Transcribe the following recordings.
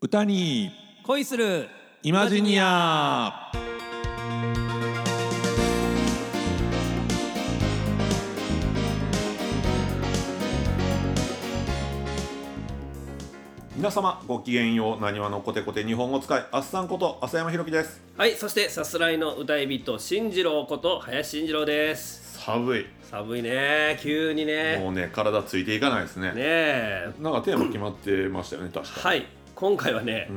歌に恋するイマジニア皆様ごきげんようなにわのコテコテ日本語使いあっさんこと浅山ひろきですはいそしてさすらいの歌い人進次郎こと林進次郎です寒い寒いね急にねもうね体ついていかないですねねえなんかテーマ決まってましたよね確かはい今回はね、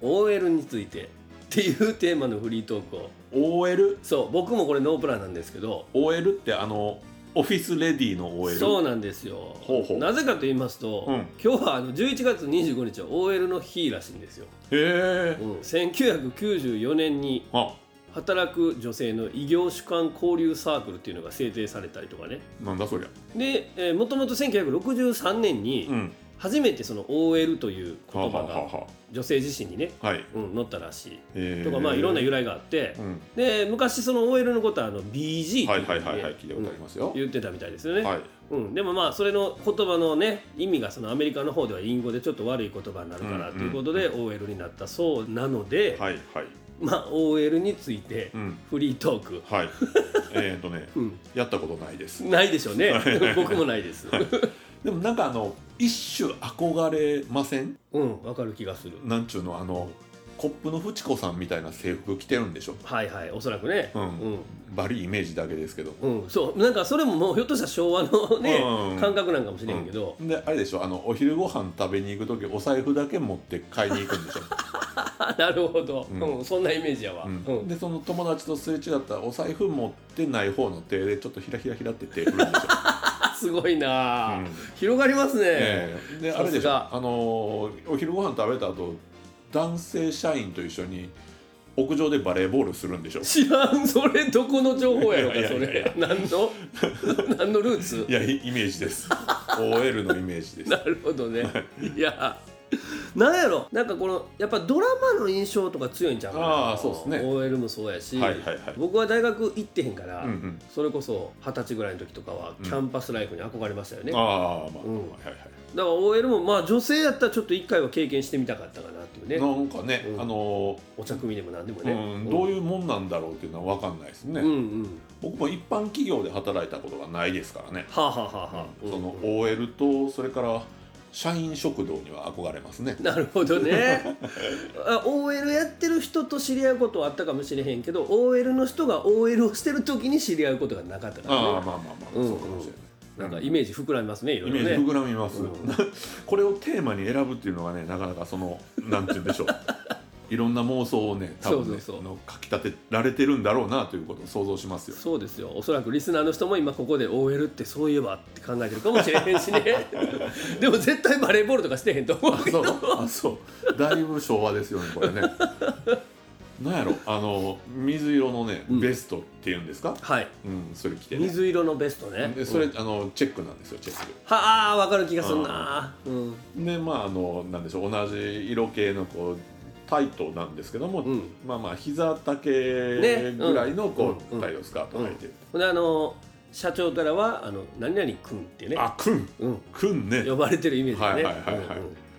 OL についてっていうテーマのフリートークをうん、OLOL そう僕もこれノープランなんですけどってあのオフィスレディの OL そうなんですよほうほうなぜかと言いますと、うん今日はあの11月25日は OL の日らしいんですよ、へえ1994年にあ働く女性の異業種間交流サークルっていうのが制定されたりとかねなんだそりゃで、えー、もともと1963年にうん初めてその OL というは言は葉はがは女性自身にね、はいうん、載ったらしいえとかまあいろんな由来があってうんで昔その OL のことはあの BG はいってはいいうふうはにいはねい聞いたことありますよ、言ってたみたいですよね、はいうん、でもまあそれの言葉のね意味がそのアメリカの方では隠語でちょっと悪い言葉になるからうんということで OL になったそうなので、はいはいまあ OL についてうんフリートーク、はい えっとねうん、やったことないですないでしょう ね僕もないです、でもなんかあの一種憧れませんうんわかる気がするなんちゅうのあのコップのフチ子さんみたいな制服着てるんでしょはいはいおそらくねうんバリイメージだけですけどうん、うん、そうなんかそれももうひょっとしたら昭和のね、うん感覚なんかもしれんけど、うんであれでしょあのお昼ご飯食べに行く時お財布だけ持って買いに行くんでし ょ、あなるほど、ううんんそんなイメージやわ、ううんんでその友達とすれ違ったらお財布持ってない方の手でちょっとひらひらひらって手振るんでしょ、あすごいなあ、うん広がりますね、ええでさすあがれでしょあのーお昼ご飯食べた後男性社員と一緒に屋上でバレーボールするんでしょ知らんそれどこの情報やろかいやいそやいやいやれ何 の何のルーツいやイイメージです OL のイメージですなるほどねいやなんやろなんかこのやっぱドラマの印象とか強いんちゃうかなあーそうっすね OL もそうやし、はいはいはい僕は大学行ってへんから、うんうんそれこそ二十歳ぐらいの時とかはうんキャンパスライフに憧れましたよね、だかああまあ、うんはいはいら OL もまあ女性やったらちょっと一回は経験してみたかったかなっていうねなんかね、うんあのお茶組でも何でもーね、うん、どういうもんなんだろうっていうのは分かんないですね、うんうん僕も一般企業で働いたことがないですからね、はあ、はあはあはあうんそのうん OL とそれから社員食堂には憧れますねなるほどね あ OL やってる人と知り合うことはあったかもしれへんけど OL の人が OL をしてる時に知り合うことがなかったかああまらあねまあまあ、うんそうかもしれないなんかイメージ膨らみますねいろイいメろージね膨らみます、う これをテーマに選ぶっていうのがねなかなかそのなんて言うんでしょう いろんな妄想をね多分ねそうそうそうあのかきたてられてるんだろうなということを想像しますよそうですよおそらくリスナーの人も今ここで OL ってそういえばって考えてるかもしれへ んしねでも絶対バレーボールとかしてへんと思うけそどうあそうだいぶ昭和ですよねこれね なんやろあの水色のねうんベストっていうんですか、はいうん、それ着てね水色のベストねでそれ、うんあのチェックなんですよチェックはあ分かる気がするなうんでまああのなんでしょう同じ色系のこうタイトなんですけども、うんまあまあ膝丈ぐらいのこう、うんタイトスカートを履いてる、ほんであの社長からはあの「何々君」っていうねあくんうんくんね呼ばれてるイメージだはいね。はいはいは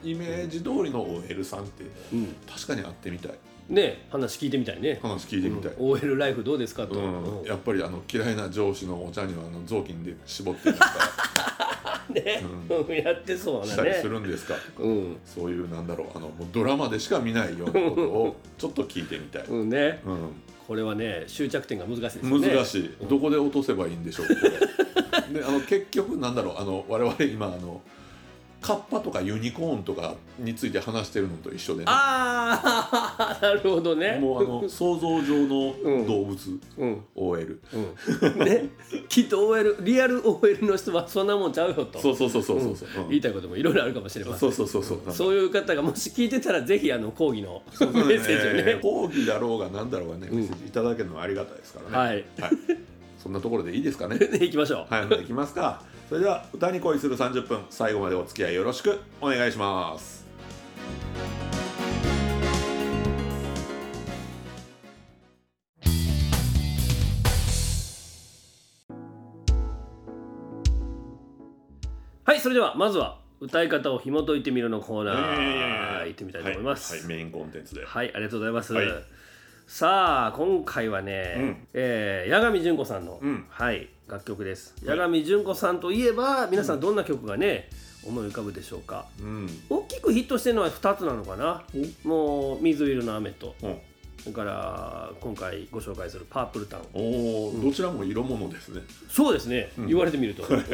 い、イメージ通りの OL さんってうんうん確かに会ってみたいうんね話聞いてみたいね。話聞いてみたい、うん OL ライフどうですかと。うんうんやっぱりあの嫌いな上司のお茶にはあの雑巾で絞ってるとかね、うんやってそうしなたりねす。るんですか、うんそういうなんだろうあのもうドラマでしか見ないようなことをちょっと聞いてみたい、うんねうん、これはね終着点が難しいですよね。難しい、どこで落とせばいいんでしょうこ れであの結局なんだろうあの我々今あのカッパとかユニコーンとかについて話してるのと一緒で、ね、ああ なるほどね。もうあの想像上うのん動物、うん。 OL うん、ねきっと OL リアル OL の人はそんなもんちゃうよとそうそうそうそうそうそう、うん言いたいこともいろいろあるかもしれませんそうそうそうそうなんかそういう方がもし聞いてたらぜひあの講義のそうメッセージをねえー講義だろうがなんだろうがね、うんメッセージいただけるのはありがたいですからね、はいそんなところでいいですかね いきましょうはいほないきますかそれでは歌に恋する30分最後までお付き合いよろしくお願いしますはいそれではまずは歌い方を紐解いてみるのコーナいやいやいやいーや行ってみたいと思いまはい、はすいメインコンテンツではい、ありがとうございます、はいさあ今回はね、うんえー、八神純子さんの、うんはい楽曲です八神純子さんといえば皆さんどんな曲がね、思い浮かぶでしょうかうん大きくヒットしてるのは2つなのかなもう「水色の雨と」おうんそれから今回ご紹介する「パープルタウンおー、どちらも色物ですね」そうですね、うん言われてみると、うん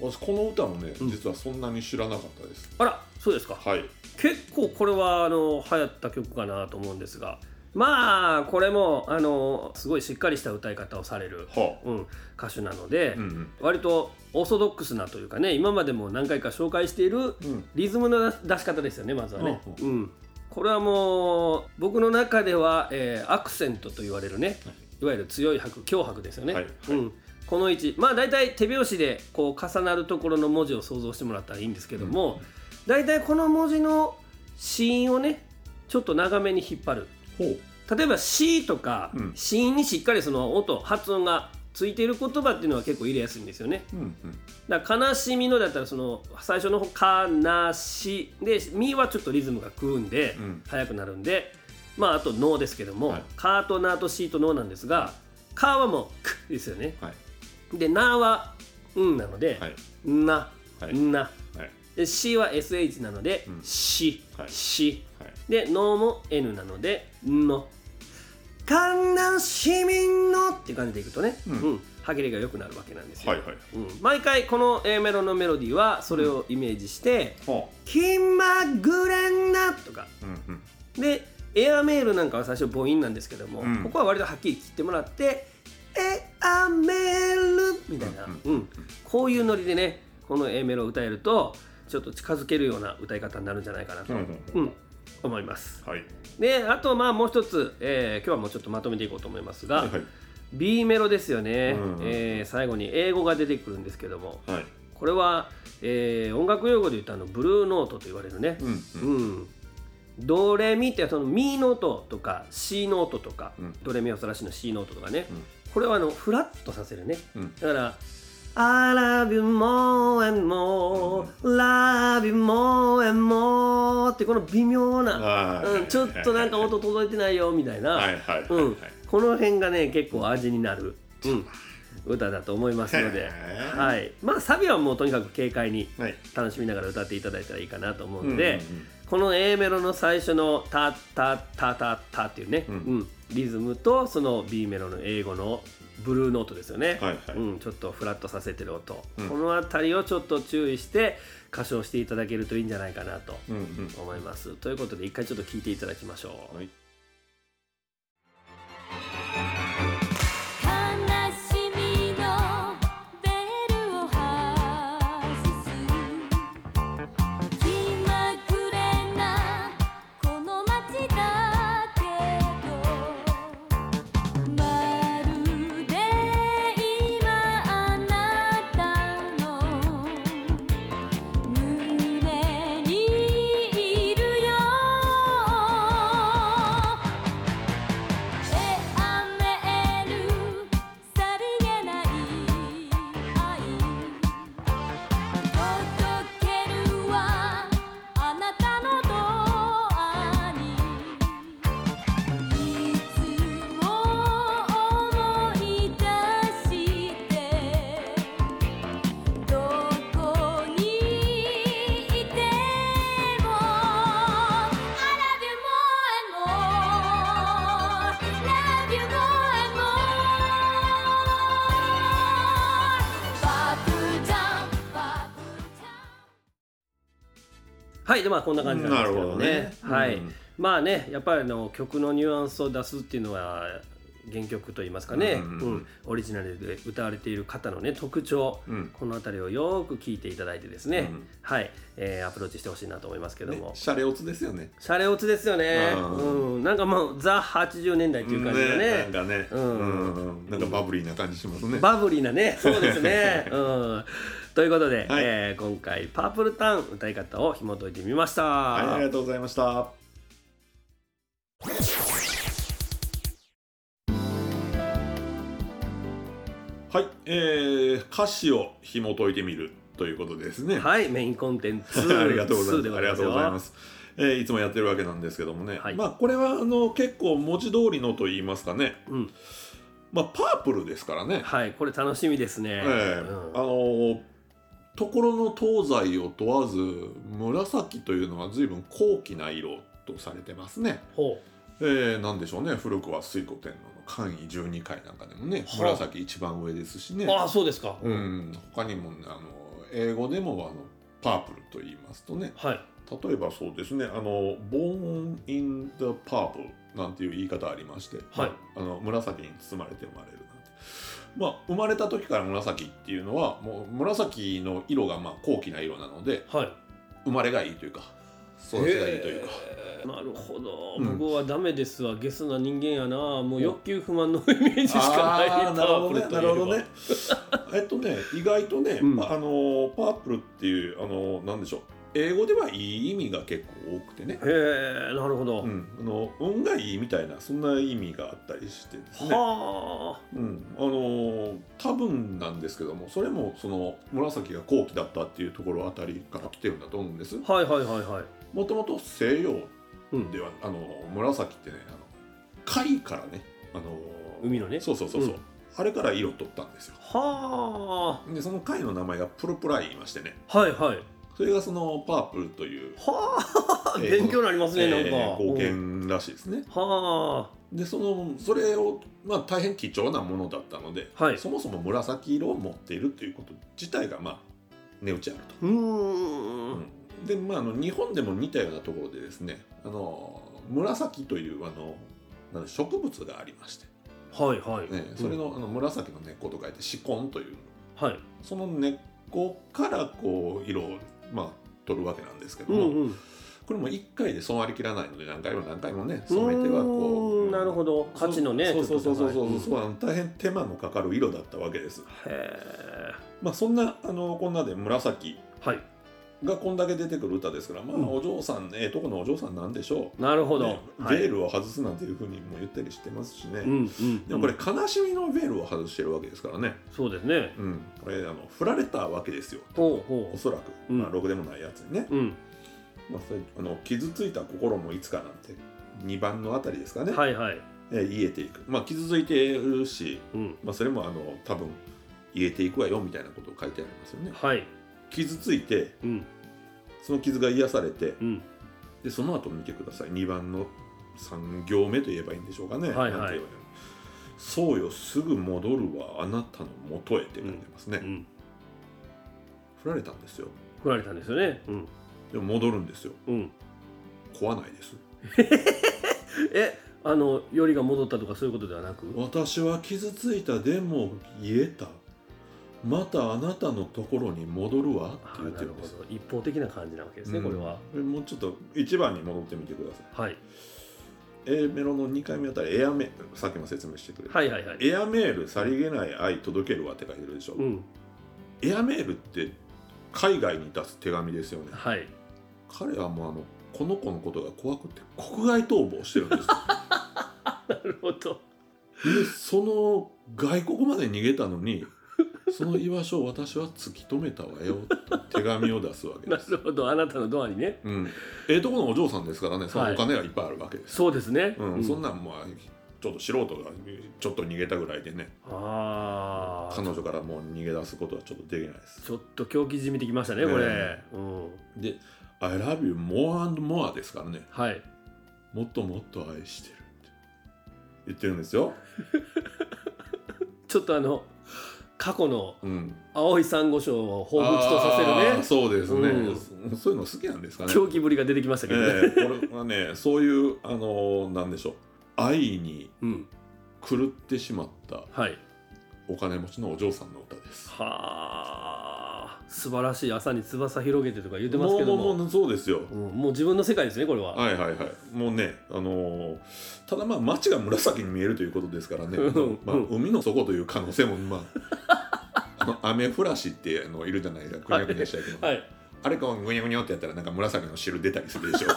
私この歌もね、うん実はそんなに知らなかったですあらそうですかはい結構これはあの流行った曲かなと思うんですがまあこれもあのすごいしっかりした歌い方をされる、はうん、歌手なので、あうん割とオーソドックスなというかね今までも何回か紹介しているうんうんリズムの出し方ですよねまずはね、ううんこれはもう僕の中では、えーアクセントと言われるねいわゆる強い拍強拍ですよね、はいはいうん、この位置まあ大体手拍子でこう重なるところの文字を想像してもらったらいいんですけども、大体この文字の子音をねちょっと長めに引っ張るほう例えば「し」とかうん子音にしっかりその音発音がついている言葉っていうのは結構入れやすいんですよね。うんうんだから悲しみのだったらその最初の方悲しで「み」はちょっとリズムが食うんで、うん速くなるんでまああと「の」ですけども「はいか」と「な」と「し」と「の」なんですが「か」はもう「く」ですよねはいで「な」は「うん」なのではい「な」はいな」はいで「し」は「sh」なのでう「んしは」いしはいで「の」も「n」なので「の」悲しみのっていう感じでいくとね、うんうん歯切れが良くなるわけなんですよはいはいうん毎回この A メロのメロディーはそれをイメージしては「気まぐれんな」とかあうんうんでエアメールなんかは最初母音なんですけども、うんここは割とはっきり切ってもらって「エアメール」みたいな、うんうんこういうノリでねこの A メロを歌えるとちょっと近づけるような歌い方になるんじゃないかなと、うんうん思います。はいであとまあもう一つ、えー今日はもうちょっとまとめていこうと思いますが、はいはい B メロですよね、うんえー最後に英語が出てくるんですけどもはいこれは、えー音楽用語で言うとあのブルーノートと言われるねう、んううんんドレミってそのミノートとか C ノートとか、うんドレミファソラシの C ノートとかね、うんこれはあのフラッとさせるねうんだから「I love you more and more、love you more and more」ってこの微妙な、あうん、ーちょっとなんか音届いてないよみたいな、はいはいはいうん、この辺がね結構味になる、うん、歌だと思いますので、 ははい、まあサビはもうとにかく軽快にいはい楽しみながら歌っていただいたらいいかなと思うのうでん、うんうんこの A メロの最初の「タタタタタ」っていうね、うんうんリズムとその B メロの英語のブルーノートですよね、はいはいうん、ちょっとフラットさせてる音、うんこの辺りをちょっと注意して歌唱していただけるといいんじゃないかなとうんうん思います。ということで一回ちょっと聴いていただきましょう。はい「悲しみのベルを外す」「気まぐれなこの街だけど」「まるで今あなたの胸にいるよ」「あめるさりげない愛」「届けるはあなたのドアに」「いつも思い出して」「どこにいても」「I love you more and more」「Love you more and more」「バックジャンプバックジャンプ」はいでまあこんな感じなんですけなるどねほどねはい、うんまあねやっぱりあの曲のニュアンスを出すっていうのは原曲といいますかね、うんうんうんうんオリジナルで歌われている方のね特徴、うんこの辺りをよーく聞いていただいてですね、うんはい、えーアプローチしてほしいなと思いますけども、ねシャレオツですよねシャレオツですよね、うんうん、なんかもうザ80年代っていう感じでねねなんかね、うんうんなんかバブリーな感じしますね。バブリー なねそうですね、 うん、ということで、はいえー今回「パープルタウン」歌い方を紐解いてみました、はい、ありがとうございました。はい、えー、歌詞を紐解いてみるということですね。はい、メインコンテンツ ありがとうござい2でます。ごありがとざいますうよございます。えーいつもやってるわけなんですけどもね、はいまあこれはあの結構文字通りのと言いますかね、うん、まあパープルですからね。はい、これ楽しみですね。ええうんあのところの東西を問わず紫というのは随分高貴な色とされてますね。ほえー、なんでしょうね古くは水戸天皇の冠位12回なんかでもねはあ紫一番上ですしねう。ああ、そうですか。うん、他にも、ね、あの英語でもあのパープルと言いますとねはい。例えばそうですね「あの Born in the Purple」なんていう言い方ありまして、はいあの紫に包まれて生まれるなんて。まあ、生まれた時から紫っていうのはもう紫の色がまあ高貴な色なのではい。生まれがいいというか育ちがいいというか、えーなるほど、うん僕はダメですわゲスな人間やなもう欲求不満のイメージしかない あーなるほどねパなープルといえばるほどねえっとね意外とね、うんまあ、あのーパープルっていうあのーなんでしょう英語ではいい意味が結構多くてね、へえなるほど、うん、あの運がいいみたいなそんな意味があったりしてですね、はうん、あのー多分なんですけどもそれもその紫が後期だったっていうところあたりから来てるんだと思うんですあはいはいはいはい、もともと西洋うん、ではあの紫ってねあの貝からねあのー海のねそうそうそうそう、うんあれから色取ったんですよはでその貝の名前がプルプライ言いましてねあはいはいそれがそのパープルというはあえー 勉強になりますね、えなんーか語源らしいですねはでそのそれを、まあ、大変貴重なものだったので、はいそもそも紫色を持っているということ自体がまあ値打ちあるあうーと、んうんでまああの日本でも似たようなところでですねあの紫というあのなんで植物がありまして、はいはい、ね、それの,、あの紫の根っこと書いて紫根といううんはいその根っこからこう色をまあ取るわけなんですけどうも、んうんこれも1回で染まりきらないので何回も何回もね染めてはこうーんなるほど価値のねそうそうそうそうそうそうちょっとあの大変手間のかかる色だったわけですはいへまあそんなあのこんなで紫えはいがこんだけ出てくる歌ですからまあうんお嬢さんええとこのお嬢さんなんでしょなるうほど、ねはいベールを外すなんていうふうにも言ったりしてますしね、うんうん、でもこれ悲しみのベールを外してるわけですからね、そうですねうん、これあの振られたわけですよほうほおそらく、うんまあ、ろくでもないやつにね、ううんまあ、それあの傷ついた心もいつかなんて2番のあたりですかね、はいはいえー癒えていく、まあ、傷ついてるし、うんまあ、それもあの多分癒えていくわよみたいなことを書いてありますよねはい傷ついてうんその傷が癒されてうんでその後見てください2番の3行目と言えばいいんでしょうかね、はいはいなんて言えばいいのそうよすぐ戻るわあなたの元へって書いてますね、うん振られたんですよ振られたんですよねうんでも戻るんですようん壊ないですえあのよりが戻ったとかそういうことではなく私は傷ついたでも癒えたまたあなたのところに戻るわってあ言っーなてるるんほですど一方的な感じなわけですね、うんこれはえもうちょっと1番に戻ってみてくださいはい A メロの2回目あたりエアメさっきも説明してくれた、はいはいはいエアメールさりげない愛届けるわって書いてるでしょ、うんエアメールって海外に出す手紙ですよねはい彼はもうあのこの子のことが怖くて国外逃亡してるん ですよなるほどでその外国まで逃げたのにその居場所を私は突き止めたわよと手紙を出すわけ なでするほどあなたのドアにねうん、ええとこのお嬢さんですからねそのはいお金がいっぱいあるわけです、そうですね、うんそんなんまあちょっと素人がちょっと逃げたぐらいでねああ彼女からもう逃げ出すことはちょっとできないですちょっと狂気じみてきましたねこれ、ねうんで「I love you more and more」ですからねはいもっともっと愛してるって言ってるんですよ、ちょっとあの過去のうん、青い珊瑚礁を彷彿とさせるあーねそうですね、うそういうの好きなんですかね狂気ぶりが出てきましたえけどね、ーこれはねそういうあのーなんでしょう愛にうん狂ってしまったはいお金持ちのお嬢さんの歌ですはあ素晴らしい朝に翼広げてとか言ってもますけうどももうもうそうですようんもう自分の世界ですねこれは、はいはいはいもうねあのーただまあ街が紫に見えるということですからね、うんまあうん海の底という可能性もまあ あの雨降らしってあのいるじゃないですかぐにゃぐにゃしたけど、はいあれかぐにゃぐにゃってやったらなんか紫の汁出たりす るでしょ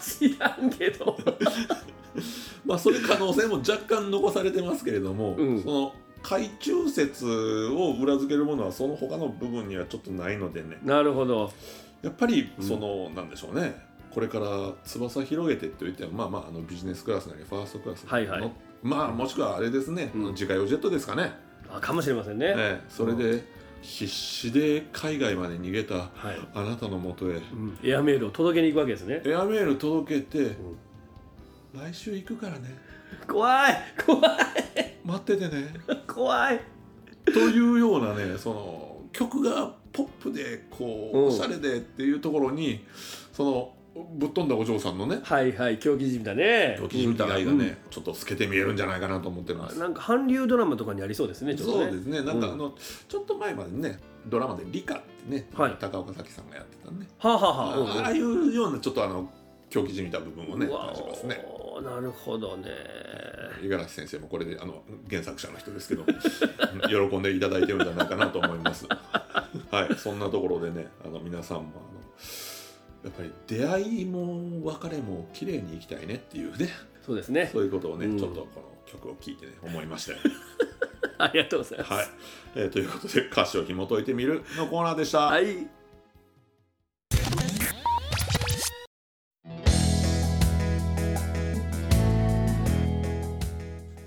知らん けどまあそういう可能性も若干残されてますけれども、うんその海中説を裏付けるものはその他の部分にはちょっとないのでねなるほどやっぱりその、なんでしょうねこれから翼広げてって言ってもまあまああのビジネスクラスなりファーストクラスなりの、はいはいまあもしくはあれですね、うん自家用ジェットですかね、あかもしれませんね、ええそれで必死で海外まで逃げたはいあなたのもとへうんエアメールを届けに行くわけですねエアメール届けて、来週行くからね怖い怖い待っててね怖いというようなねその曲がポップでこう、うんおしゃれでっていうところにそのぶっ飛んだお嬢さんのねはいはい競技人だねドキジみたいな愛がね、ちょっと透けて見えるんじゃないかなと思ってまうすん。なんか韓流ドラマとかにありそうですねちょっとそうねですねなんかうんあの、ちょっと前までねドラマで「理科」ってね、はい高岡早紀さんがやってたね、はあ、はあはあうんうんあああいうようなちょっとあの狂気じみた部分をねうわ感じますね。おなるほどね五十嵐先生もこれであの原作者の人ですけど うん喜んでいただいてるんじゃないかなと思います。はい、そんなところでねあの皆さんもあのやっぱり出会いも別れも綺麗に生きたいねっていうねそうですねそういうことをね、うんちょっとこの曲を聴い てね思いましたよ。ありがとうございますはい、えーということで歌詞を紐解いてみるのコーナーでした。はい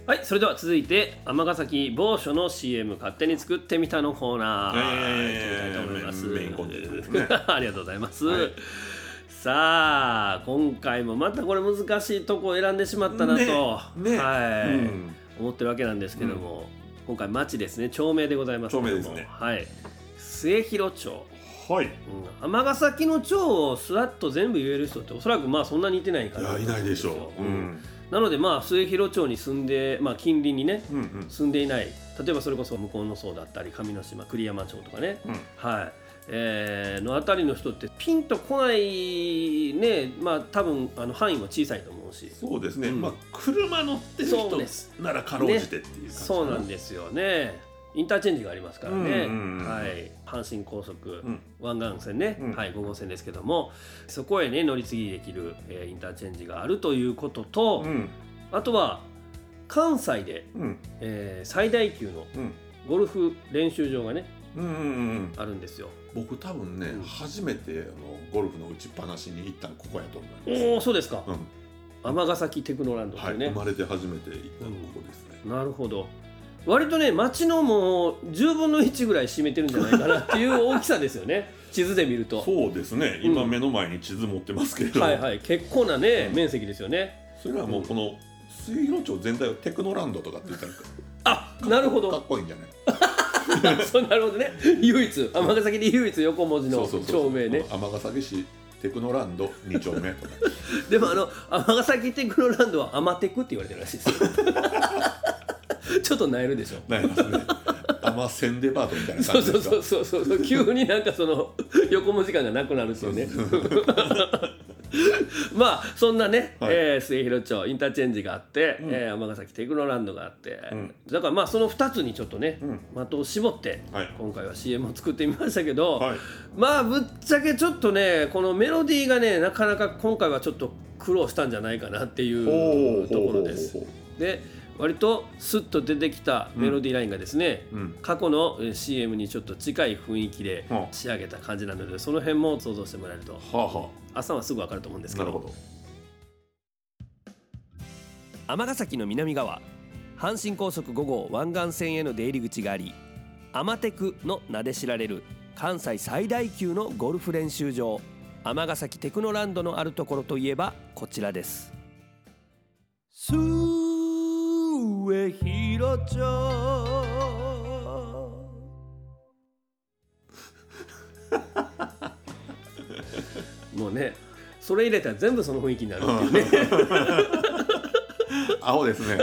はい、それでは続いて尼崎某所の CM 勝手に作ってみたのコーナー、えー行きたいと思いますメインメインコンテンツですね ありがとうございます、はいさあ今回もまたこれ難しいとこを選んでしまったなと、ねねはういん思ってるわけなんですけども、今回町ですね町名でございますけども町名ですねはい末広町はい。いうん尼崎の町をすらっと全部言える人っておそらくまあそんなにいてないからやいないでしょう。うん。なのでまあ末広町に住んで、まあ、近隣にねうんうん。住んでいない例えばそれこそ向こうの層だったり上之島栗山町とかね、うんはいえーのあたりの人ってピンとこないねまあ多分あの範囲も小さいと思うしそうですね。うんまあ車乗ってるそう人ですならかろうじてっていう感じかそうなんですよねインターチェンジがありますからね、うんうんうんはい、阪神高速、うん湾岸線ね、うんはい、5号線ですけどもそこへね乗り継ぎできる、えーインターチェンジがあるということと、うんあとは関西で、うんえー最大級のうんゴルフ練習場がねうんうんうん。あるんですよ。僕多分ね、うん初めてあのゴルフの打ちっぱなしに行ったんここやと思います。おおそうですかうん尼崎テクノランドとはいい、うね、生まれて初めて行ったのここですね。なるほど割とね町のもう10分の1ぐらい占めてるんじゃないかなっていう大きさですよね地図で見ると。そうですね。うん今目の前に地図持ってますけれど、はいはい、結構なね、うん面積ですよね。それはもうこの水広町全体をテクノランドとかって言ったらかあ、なるほかっど。こいいんじゃない？ そうなるほどね。唯一、尼崎で唯一横文字の町名ね。尼崎市テクノランド2丁目 とかでもあの尼崎テクノランドはアマテクって言われてるらしいですよ。 ちょっとなえるでしょ。なりますね尼センデパートみたいなそ感うじそでうすそうかそうそう急になんかその横文字感がなくなるんですよ ね。まあそんなね、はいえー末広町インターチェンジがあってうん尼、えー尼崎テクノランドがあって、うんだからまあその2つにちょっとね、うん的を絞って、はい今回は CM を作ってみましたけど、はいまあぶっちゃけちょっとねこのメロディーがねなかなか今回はちょっと苦労したんじゃないかなっていうところです。で割とスッと出てきたメロディーラインがですね、うん過去のえー CM にちょっと近い雰囲気ではあ仕上げた感じなのでその辺も想像してもらえるとはあは朝はすぐ分かると思うんですあけなどるほど尼崎の南側阪神高速5号湾岸線への出入り口がありアマテクの名で知られる関西最大級のゴルフ練習場尼崎テクノランドのあるところといえばこちらです末広町 もうねそれ入れたら全部その雰囲気になるって いうね青ですね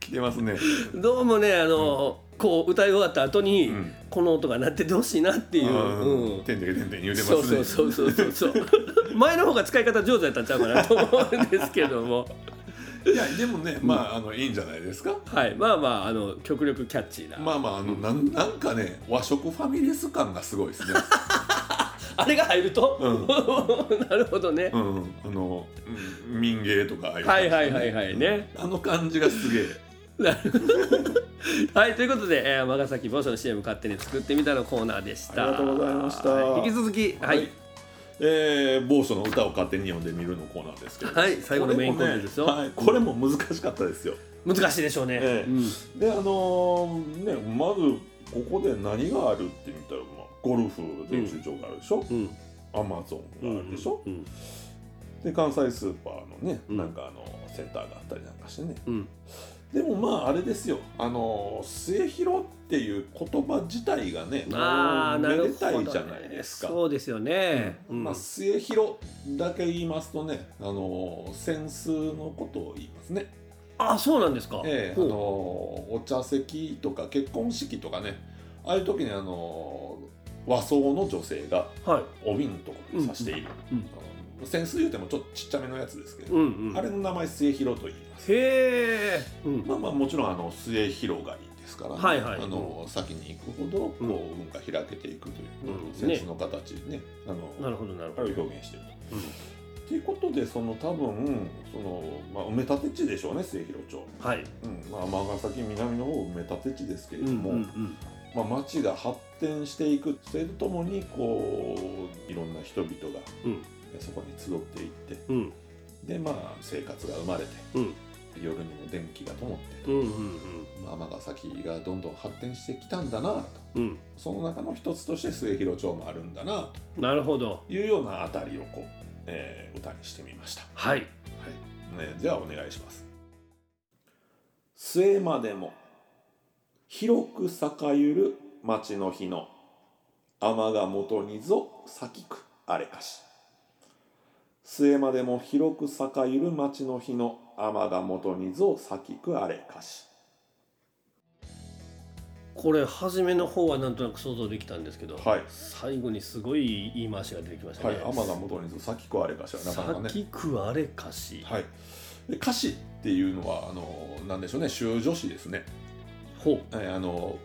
来てますねどうもねあの、こう歌い終わった後に、うんこの音が鳴っててほしいなっていう、うんてんてけてんてん言うてますそねうそうそうそうそうそう 前の方が使い方上手やったんちゃうかなと思うんですけどもいやでもねまああのいいんじゃないですかはいまあまああの極力キャッチーな、まあまああのなんなんかね和食ファミレス感がすごい ですねあれが入ると、うん なるほどね、うんあのうん民芸とかああうは感じいはいはいはいねあの感じがすげえはいということで、えー、尼崎某所の CM 勝手に作ってみたのコーナーでしたありがとうございましたはい引き続きはい、はいえー、某所の歌を勝手に読んでみるのコーナーですけど、最後のメインコンテンツですよ、これもねはい、これも難しかったですよ、難しいでしょうね、ええうんであのーねまずここで何があるって見たら、まあ、ゴルフ練習場があるでしょ、うんアマゾンがあるでしょ、うんで関西スーパーのねうんなんかあのセンターがあったりなんかしてねうんでもまああれですよあのー末広っていう言葉自体がねああなめるでほたど、ね、いじゃないですか。そうですよね、うんまあ、末広だけ言いますとね、あのー、扇子のことを言いますね。あそうなんですか、ええほあうのーお茶席とか結婚式とかね、ああいう時にあのー和装の女性がはいお瓶のところに刺している。うんうんあの扇子言うてもちょっとちっちゃめのやつですけど、うんうんあれの名前末広と言います。へえ、うんまあまあもちろんあの末広がりですから、ねはいはいあのー先に行くほどこううん運が開けていくという、うんね扇子の形でね、あのーなるほどなるあほど、れを表現してると。っていうことでその多分その、まあ、埋め立て地でしょうね末広町、うん、はいうんまあ、尼崎南の方埋め立て地ですけれども、うんまあ、町が発展していくそれとともにこういろんな人々がうんそこに集っていってうんうんでまあ生活が生まれてうん夜にも電気が灯ってうんうんまあ尼崎がどんどん発展してきたんだなとうんその中の一つとして末広町もあるんだなうんなるほどというようなあたりをこう、えー歌にしてみました。はいはい、ね、じゃあお願いします。末までも広く栄ゆる町の日の雨が元にぞ咲きくあれかし末までも広く栄ゆる町の日の雨が元にぞ咲きくあれかしこれ初めの方はなんとなく想像できたんですけど、はい最後にすごい言い回しが出てきましたはいね、雨が元にぞ咲きくあれかしはなかなかね先食われかし、はいで歌詞っていうのはあのなんでしょうね修助詞ですね、ほうはいあの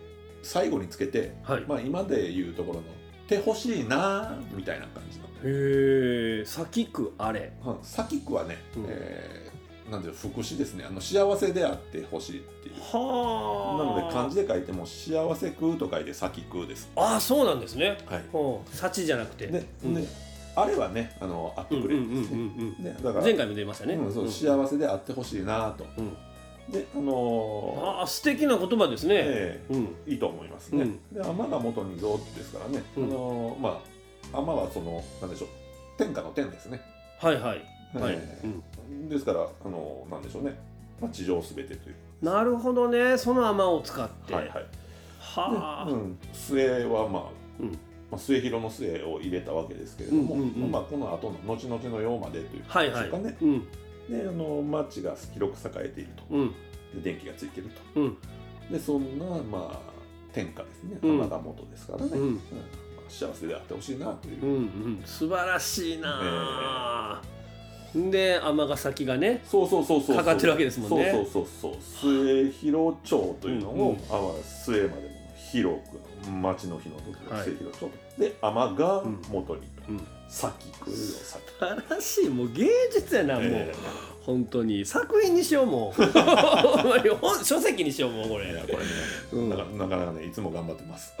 最後につけてはい、まあ、今で言うところの「手欲しいな」みたいな感じのへえ先食あれ「さきく」はね、うんえーなんていうの副詞ですねあの幸せであってほしいっていうなはあので漢字で書いても「幸せく」と書いて「さきく」です、ああそうなんですねはい、ほう幸じゃなくてで、うんであれはねあのあっうんてくうんうれんるんですうね、んねだかうんら前回も出ましたね、うん、そうせ幸せであってほしいなと、うんであのーああ素敵な言葉ですね、ええうんいいと思いますね、うんで天が元にぞですからね、うんあのーまあ天はそのなんでしょう天下の天ですねはいはいはい、ええうんですからあのなんでしょうね、まあ、地上すべてというなるほどねその甘を使ってはいはいはあ、でうん、末はまあ、うんまあ、末広の末を入れたわけですけれども、うんうんうんまあ、この後の後々の世までということはいでしょはいうかね、うんであの町が広く栄えているうんとで電気がついているとうんでそんなまあ天下ですねうん花が元ですからね、うんうんうんまあ幸せであってほしいなという、うんうん素晴らしいなあ、で尼崎がねそうそうそうそうそうかかってるわけですもんねそうそうそうそう末広町というのうんうをん「あわ末までも広く町の日のところはい末広町」で「天がうん元にうん先来るよ先素晴らしいもう芸術や」なもう、え本当に作品にしようも うほんまに本書籍にしようもうこえいれやこれねうんなかなかなかねいつも頑張ってます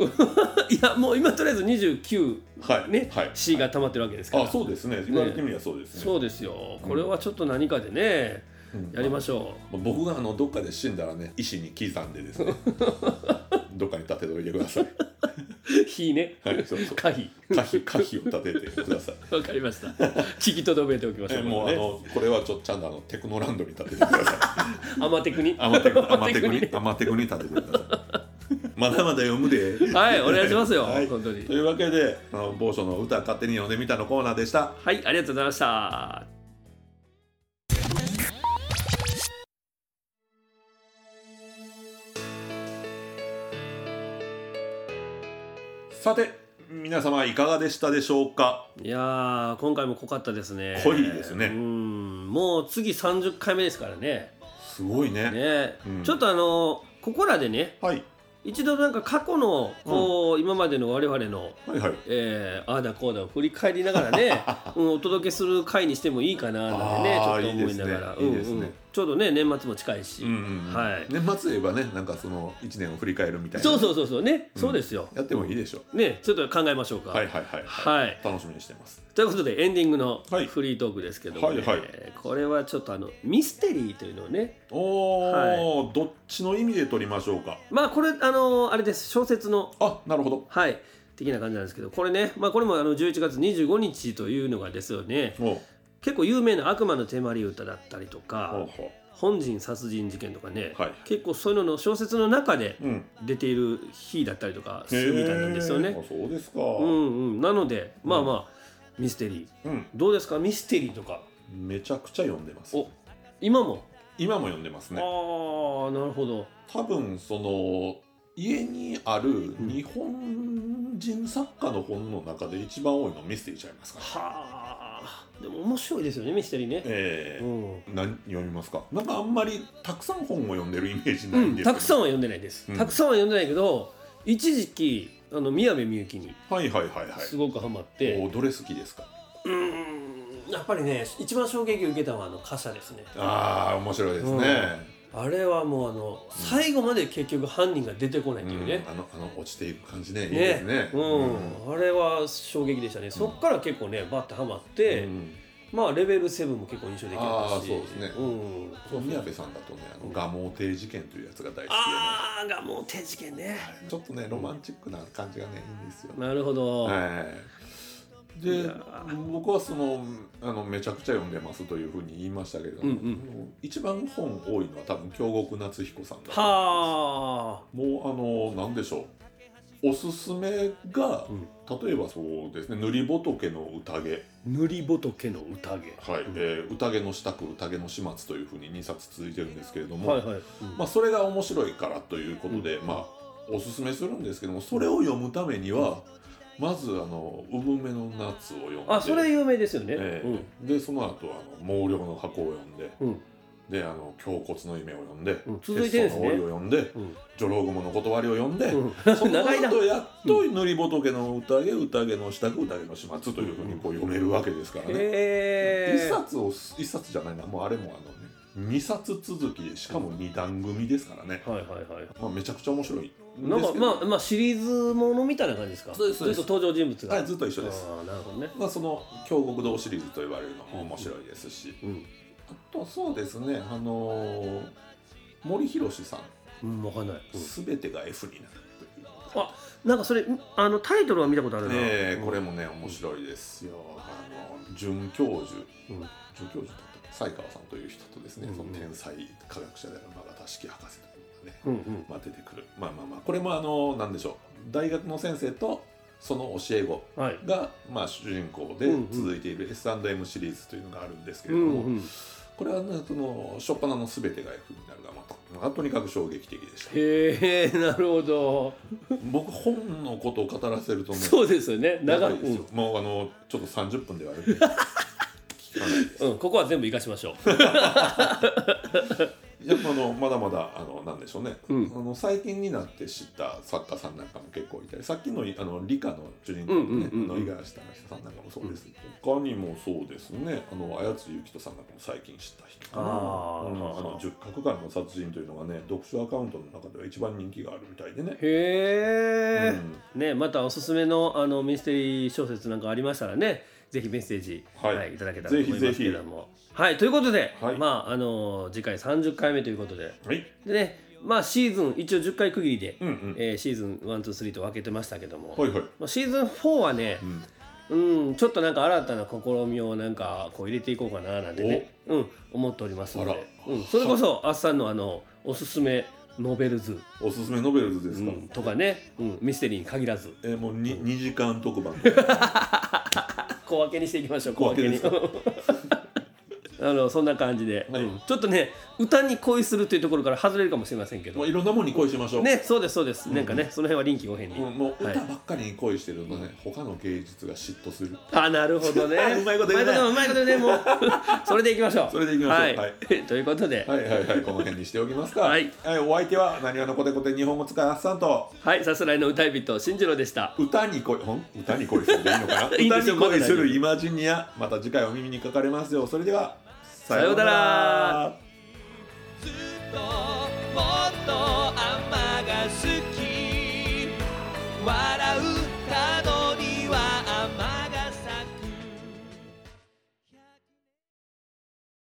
いやもう今とりあえず29はいねはい C が溜まってるわけですから、あそうですね言われてみればそうですねそうですよこれはちょっと何かでね、うんやりましょまあ僕があのどっかで死んだらね石に刻んでです ねどっかに立てておいてください。 う火ねはい、そうそう。可否可否可否を立ててください。わかりました 聞きとどめておきましょえうもうあのこれはちょっとちゃんとあのテクノランドに立ててください。アマテクに アマテクアマアマテテククににアマテクに立ててください。まだまだ読むで。はいお願いしますよ、はい本当とにいうわけで、あの某所の歌勝手に読んでみたのコーナーでした。はいありがとうございましたさて、皆様いかがでしたでしょうか。いやー今回も濃かったですね濃いですねうんもう次30回目ですからねすごいね。ね、うんちょっとあのここらでねはい、一度なんか過去のこう、今までの我々のはいはい。えー、ああだこうだを振 り返りながらね、うん、お届けする回にしてもいいかななんてねちあょーっと思いながらいいですねうんうんいいですねちょうどね年末も近いし、うんうんうんはい年末言えばねなんかその1年を振り返るみたいなそうそうそうそうね、うんそうですよやってもいいでしょねちょっと考えましょうか、うはいはいはい、はい楽しみにしてますということでエンディングのはいフリートークですけどもね、はいはこれはちょっとあのミステリーというのをねおー、どっちの意味で取りましょうかまあこれあのあれです小説のあなるほどはい的な感じなんですけどこれね、まあ、これもあの11月25日というのがですよねおう結構有名な「悪魔の手まり歌」だったりとほうかほ「本人殺人事件」とかね、はい結構そういうのの小説の中でううん出ている日だったりとかするみたいなんですよへねー。あそうですかうんうん、なのでまあまあミステリーうんどうですかミステリーとかめちゃくちゃ読んでますお今も、今も読んでますねああなるほど多分その家にある日本人作家の本の中で一番多いのはミステリーちゃいますか、はあでも面白いですよねミステリーね。えうえん何読みますかなんかあんまりたくさん本を読んでるイメージなういんん、ですたくさんんは読んでないです、うんたくさんは読んでないけど一時期あの宮部みゆきにはいはいはいはいすごくハマって、おどれ好きですかうーんやっぱりね一番衝撃を受けたのはあの傘ですねああ面白いですね、あれはもうあの最後まで結局犯人が出てこないっていうねうん、あのあの落ちていく感じねいいねですねうんあれは衝撃でしたねそっから結構ねバッてハマって、うんまあレベル7も結構印象的だったあしーそうですねうん、そう宮部さんだとねあの蒲生亭事件というやつが大好きで、ねああがもう手事件ねちょっとねロマンチックな感じがねいいんですよ、なるほど、はい、いでや僕はそのあのめちゃくちゃ読んでますというふうに言いましたけれども、うんう一番本多いのは多分京極夏彦さんだとはあもうあの何でしょうおすすめが、うん例えばそうですね「塗り仏の宴」塗り仏の宴はいえー宴の支度宴の始末」というふうに2冊続いてるんですけれども、はいはい、うんまあ、それが面白いからということで、まあ、おすすめするんですけどもそれを読むためにはまずあの「産めの夏」を読んであそれ有名ですよね、ええでその後あの毛量の箱を読んでうん、であの胸骨の夢を読んで、うん続いてるんですね鉄の王を読んでうん女郎雲の断りを読んで、うそん、の長いな後やっと塗り仏の宴宴の支度宴の始末というふうにこう読めるわけですからね。へ一え冊を一冊じゃないなもうあれもあのね2冊続きでしかも2段組ですからね、はいはいはいまあ、めちゃくちゃ面白いんなんですかけどまあまあシリーズものみたいな感じですかそうですそうですずっと登場人物が、はいずっと一緒ですああなるほどねまあ、その京極堂シリーズと言われるのも面白いですし、うんあとそうですねあのー森博さんうん分かんない、 「すべてが F になる」というのがあなんかそれあのタイトルは見たことあるな、ええこれも、もね面白いですよあの准教授うん准教授だったかな才川さんという人とですね、うんその天才科学者である永田式博士というのがね、うんうんまあ、出てくるまあまあまあこれもあのなんでしょう大学の先生とその教え子はいが、まあ、主人公でうんうん続いている S&M シリーズというのがあるんですけうれども、んうん、これはねその初っ端の全てが F になるが、まあ、まあとにかく衝撃的でしたへえなるほど僕本のことを語らせるとねそうですよね長長いいですよ、もうあのちょっと30分ではあるけど聞かないですうん、うん、ここは全部生かしましょうやっぱあのまだまだあのなんでしょうね、うんあの最近になって知った作家さんなんかも結構いたりさっきのあの理科の主人公のね、うんうんうんうんあの五十嵐隆久さんなんかもそうです、他にもそうですねあの綾津ゆきとさんなんかも最近知った人かなあーうんあの十角館の殺人というのがね読書アカウントの中では一番人気があるみたいでね、へえ、うんね、またおすすめのあのミステリー小説なんかありましたらねぜひメッセージ、はいい、ただけたらと思いますけれども。はい、ということで、はいまああの次回30回目ということではい、で、ねまあ、シーズン一応10回区切りで、うんうん、えーシーズン123と分けてましたけども、はいはい、まあ、シーズン4はねう、ん、うん、ちょっとなんか新たな試みをなんかこう入れていこうかななんてね、うん、思っておりますのあらで、うん、それこそあっさんのあのおすすめノベルズ、おすすめノベルズですうか、ん、とかね、うん、ミステリーに限らず。えーもう 2, 2時間特番とか 小分けにしていきましょう小分けですか あのそんな感じで、はいうんちょっとね歌に恋するというところから外れるかもしれませんけもどういろんなものに恋しましょうねそうですそうです、なんかねその辺は臨機応変に、うんもうはい歌ばっかりに恋してるとね、他の芸術が嫉妬するあなるほどね うまいこと言うねうまいこと言 うねもうそれでいきましょうそれでいきましょうはい、はい ということでは、はいいはいはいこの辺にしておきますかはい、お相手はなにわのコテコテ日本語使いあっさんとさすらいの歌い人新次郎でした歌に恋ほん歌に恋するでいいのかな いいで歌すよに恋するイマジニアまた次回お耳にかかれますよそれではささようなら